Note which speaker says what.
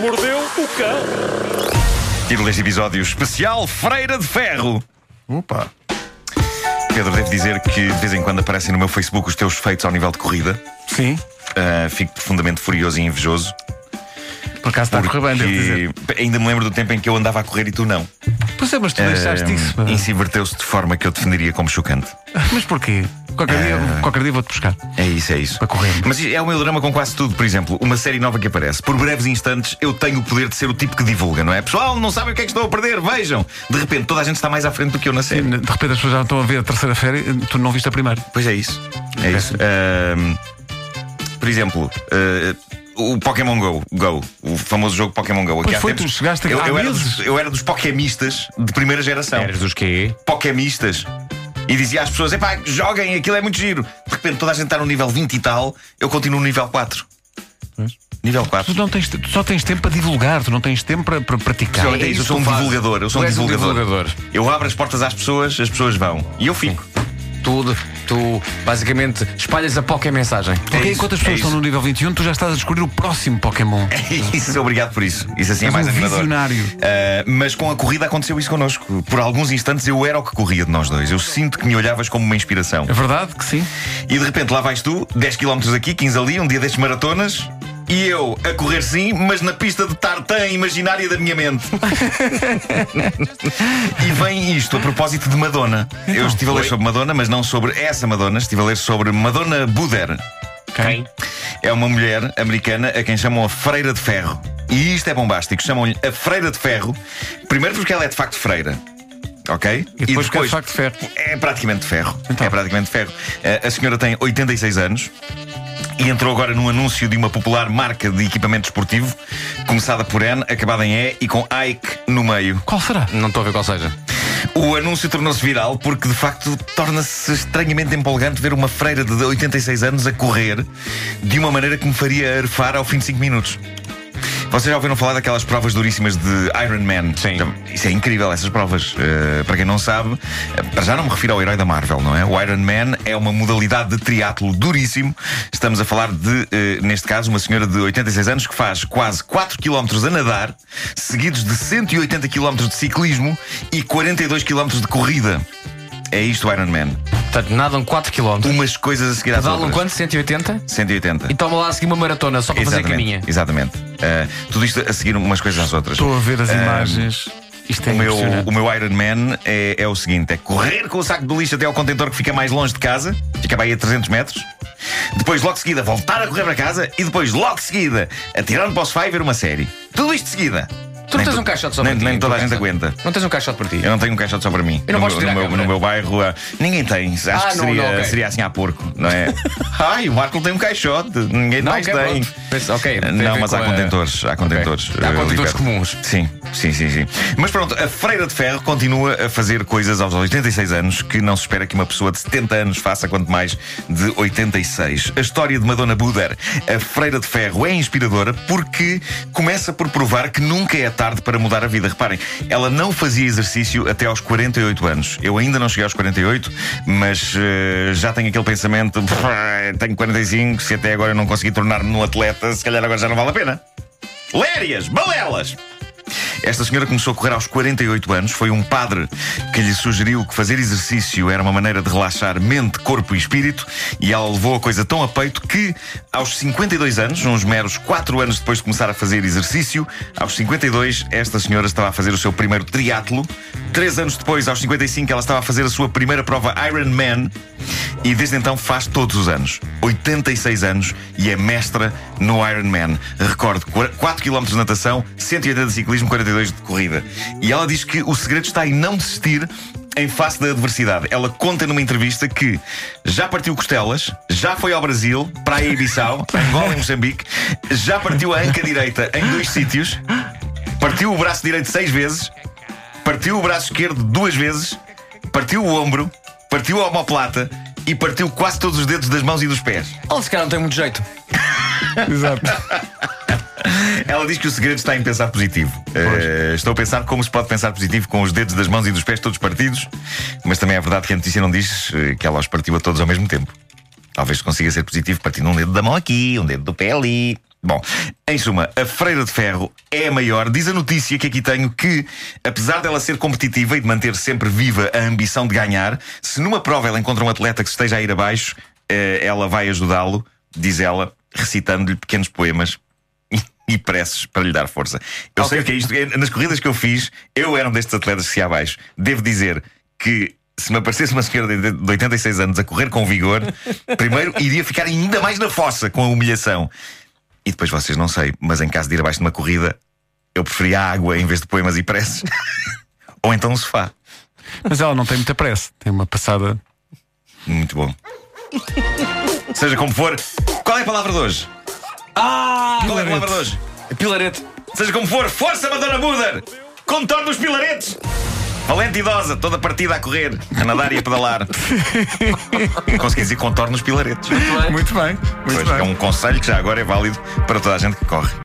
Speaker 1: mordeu o cão.
Speaker 2: Título deste episódio especial: Freira de Ferro.
Speaker 3: Opa.
Speaker 2: Pedro, devo dizer que de vez em quando aparecem no meu Facebook os teus feitos ao nível de corrida.
Speaker 3: Sim.
Speaker 2: Ah, fico profundamente furioso e invejoso.
Speaker 3: Por acaso está a correr Tá bem, devo dizer.
Speaker 2: porque ainda me lembro do tempo em que eu andava a correr e tu não.
Speaker 3: Pois é, mas tu deixaste
Speaker 2: Ah,
Speaker 3: isso. pá.
Speaker 2: e se inverteu-se de forma que eu defenderia como chocante.
Speaker 3: Mas porquê? Qualquer dia, qualquer dia vou-te buscar.
Speaker 2: É isso, é isso.
Speaker 3: Para correr.
Speaker 2: Mas é o meu drama com quase tudo. Por exemplo, uma série nova que aparece. Por breves instantes, eu tenho o poder de ser o tipo que divulga, não é? Pessoal, não sabem o que é que estão a perder. Vejam. De repente, toda a gente está mais à frente do que eu na série.
Speaker 3: De repente as pessoas já estão a ver a terceira série, tu não viste a primeira.
Speaker 2: Pois é isso. É isso. Ahm, por exemplo, ah, o Pokémon Go, Go, o famoso jogo Pokémon Go. Aqui
Speaker 3: Pois
Speaker 2: há
Speaker 3: foi,
Speaker 2: tempos-
Speaker 3: tu chegaste
Speaker 2: eu,
Speaker 3: há
Speaker 2: eu era
Speaker 3: meses.
Speaker 2: dos, eu era dos Pokémistas de primeira geração.
Speaker 4: Eras dos quê?
Speaker 2: Pokémistas. E dizia às pessoas: epá, joguem, aquilo é muito giro. De repente toda a gente está no nível 20 e tal, eu continuo no nível 4. Nível 4.
Speaker 3: Tu, não tens, tu só tens tempo para divulgar, tu não tens tempo para, para praticar.
Speaker 2: Especialmente é isso, eu sou um
Speaker 4: tu fazes.
Speaker 2: divulgador. Eu sou
Speaker 4: Tu
Speaker 2: um
Speaker 4: és um
Speaker 2: divulgador.
Speaker 4: divulgador.
Speaker 2: Eu abro as portas às pessoas, as pessoas vão. E eu fico.
Speaker 4: Tu, tu basicamente espalhas a pouca mensagem.
Speaker 3: Porque
Speaker 2: isso,
Speaker 3: enquanto as
Speaker 2: é
Speaker 3: pessoas
Speaker 2: isso.
Speaker 3: estão no nível 21, tu já estás a descobrir o próximo Pokémon.
Speaker 2: É Isso, obrigado por isso. Isso assim é
Speaker 3: És
Speaker 2: mais
Speaker 3: um
Speaker 2: animador.
Speaker 3: visionário.
Speaker 2: Ah, mas com a corrida aconteceu isso connosco. Por alguns instantes eu era o que corria de nós dois. Eu sinto que me olhavas como uma inspiração.
Speaker 3: É verdade que sim.
Speaker 2: E de repente lá vais tu, 10 km aqui, 15 ali, um dia destes maratonas. E eu a correr sim, mas na pista de tartan imaginária da minha mente. e vem isto a propósito de Madonna.
Speaker 3: Então.
Speaker 2: eu estive a ler sobre Madonna, mas não sobre essa Madonna. Estive a ler sobre Madonna Buder.
Speaker 4: Quem?
Speaker 2: É uma mulher americana a quem chamam a Freira de Ferro. E isto é bombástico. Chamam-lhe a Freira de Ferro. Primeiro porque ela é de facto freira. Ok?
Speaker 3: E depois porque é de facto ferro.
Speaker 2: É praticamente de ferro.
Speaker 3: Então.
Speaker 2: É praticamente de ferro. Eh, A senhora tem 86 anos. E entrou agora num anúncio de uma popular marca de equipamento esportivo, começada por N, acabada em E e com Ike no meio.
Speaker 3: Qual será?
Speaker 4: Não estou a ver qual seja.
Speaker 2: O anúncio tornou-se viral porque, de facto, torna-se estranhamente empolgante ver uma freira de 86 anos a correr de uma maneira que me faria arfar ao fim de 5 minutos. Vocês já ouviram falar daquelas provas duríssimas de Iron Man?
Speaker 4: Sim.
Speaker 2: Então, Isso é incrível, essas provas. Eh, para quem não sabe, eh, para já não me refiro ao herói da Marvel, não é? O Iron Man é uma modalidade de triatlo duríssimo. Estamos a falar de, eh, neste caso, uma senhora de 86 anos que faz quase 4 km a nadar, seguidos de 180 km de ciclismo e 42 km de corrida. É isto o Iron Man.
Speaker 4: Portanto, nadam 4km,
Speaker 2: Umas coisas a seguir
Speaker 3: um
Speaker 2: às
Speaker 4: pedalam
Speaker 2: outras.
Speaker 4: quanto? 180?
Speaker 2: 180.
Speaker 3: Então
Speaker 4: E toma lá a seguir uma maratona só para fazer
Speaker 2: Exatamente.
Speaker 4: caminha.
Speaker 2: Exatamente. Eh, tudo isto a seguir umas coisas às outras.
Speaker 3: Estou a ver as
Speaker 2: Ah,
Speaker 3: imagens. Ehm, Isto é
Speaker 2: O meu,
Speaker 3: impressionante.
Speaker 2: o meu Iron Man é, é o seguinte: é correr com o saco de lixo até ao contentor que fica mais longe de casa, fica bem a 300 metros. Depois, logo de seguida, voltar a correr para casa e depois, logo de seguida, atirar-me para o sofá e ver uma série. Tudo isto de seguida.
Speaker 4: Tu
Speaker 2: Nem
Speaker 4: não tens
Speaker 2: to-
Speaker 4: um caixote só
Speaker 2: nem,
Speaker 4: para ti?
Speaker 2: nem toda a
Speaker 4: tu
Speaker 2: gente
Speaker 4: pensas?
Speaker 2: aguenta.
Speaker 4: Não tens um caixote para ti?
Speaker 2: Eu não tenho um caixote só para mim.
Speaker 4: Eu não
Speaker 2: no,
Speaker 4: posso
Speaker 2: meu,
Speaker 4: tirar
Speaker 2: no,
Speaker 4: a
Speaker 2: meu,
Speaker 4: câmera.
Speaker 2: no meu bairro, ah, ninguém tem. Acho
Speaker 4: Ah,
Speaker 2: que
Speaker 4: não,
Speaker 2: seria,
Speaker 4: não, ok.
Speaker 2: seria assim a porco, não é? Ai, o Marco tem um caixote. Ninguém
Speaker 4: Não,
Speaker 2: mais
Speaker 4: ok,
Speaker 2: tem.
Speaker 4: pronto. Mas, ok, tem a
Speaker 2: não,
Speaker 4: ver
Speaker 2: mas
Speaker 4: com
Speaker 2: há
Speaker 4: a-
Speaker 2: contentores. Há contentores.
Speaker 4: Há
Speaker 2: eh,
Speaker 4: contentores
Speaker 2: libertos.
Speaker 4: comuns.
Speaker 2: Sim, sim, sim, sim. Mas pronto, a Freira de Ferro continua a fazer coisas aos 86 anos que não se espera que uma pessoa de 70 anos faça, quanto mais de 86. A história de Madonna Buder, a Freira de Ferro, é inspiradora porque começa por provar que nunca é tarde para mudar a vida. Reparem, ela não fazia exercício até aos 48 anos. Eu ainda não cheguei aos 48, mas eh, já tenho aquele pensamento: "Pá, tenho 45, se até agora eu não consegui tornar-me num atleta, se calhar agora já não vale a pena. Lérias, balelas! Esta senhora começou a correr aos 48 anos. Foi um padre que lhe sugeriu que fazer exercício era uma maneira de relaxar mente, corpo e espírito. E ela levou a coisa tão a peito que, aos 52 anos, uns meros 4 anos depois de começar a fazer exercício, aos 52, esta senhora estava a fazer o seu primeiro triatlo. Três anos depois, aos 55, ela estava a fazer a sua primeira prova Iron Man. E desde então faz todos os anos. 86 anos e é mestra no Iron Man. Recordo, 4 km de natação, 180 de ciclismo, 42 de corrida. E ela diz que o segredo está em não desistir em face da adversidade. Ela conta numa entrevista que já partiu costelas, já foi ao Brasil, Praia e Ibiçal, Angola e Moçambique, já partiu a anca direita em dois sítios, partiu o braço direito seis vezes, partiu o braço esquerdo duas vezes, partiu o ombro, partiu a omoplata e partiu quase todos os dedos das mãos e dos pés.
Speaker 4: Olha, se calhar não tem muito jeito.
Speaker 3: Exato.
Speaker 2: Ela diz que o segredo está em pensar positivo. Eh, estou a pensar como se pode pensar positivo com os dedos das mãos e dos pés todos partidos, mas também é verdade que a notícia não diz eh, que ela os partiu a todos ao mesmo tempo. Talvez consiga ser positivo partindo um dedo da mão aqui, um dedo do pé ali. Bom, em suma, a Freira de Ferro é a maior. Diz a notícia que aqui tenho que, apesar dela ser competitiva e de manter sempre viva a ambição de ganhar, se numa prova ela encontra um atleta que esteja a ir abaixo, eh, ela vai ajudá-lo, diz ela, recitando-lhe pequenos poemas e preces para lhe dar força. Eu sei o que é isto. Eu- Nas corridas que eu fiz, eu era um destes atletas que se ia abaixo. Devo dizer que se me aparecesse uma senhora de de 86 anos a correr com vigor, primeiro iria ficar ainda mais na fossa com a humilhação. E depois vocês não sei, mas em caso de ir abaixo de uma corrida, eu preferia a água em vez de poemas e preces. Ou então um sofá.
Speaker 3: Mas ela não tem muita pressa. Tem uma passada.
Speaker 2: Muito bom. Seja como for, qual é a palavra de hoje?
Speaker 4: Ah!
Speaker 2: Qual é a palavra de hoje?
Speaker 4: Pilarete.
Speaker 2: Seja como for, força, Madonna Buder! Contorna os pilaretes! Valente idosa, toda partida a correr, a nadar e a pedalar. Consegui dizer contorna os pilaretes.
Speaker 3: Muito bem. Muito
Speaker 2: Pois, um
Speaker 3: bem.
Speaker 2: é um conselho que já agora é válido é para toda a gente que corre.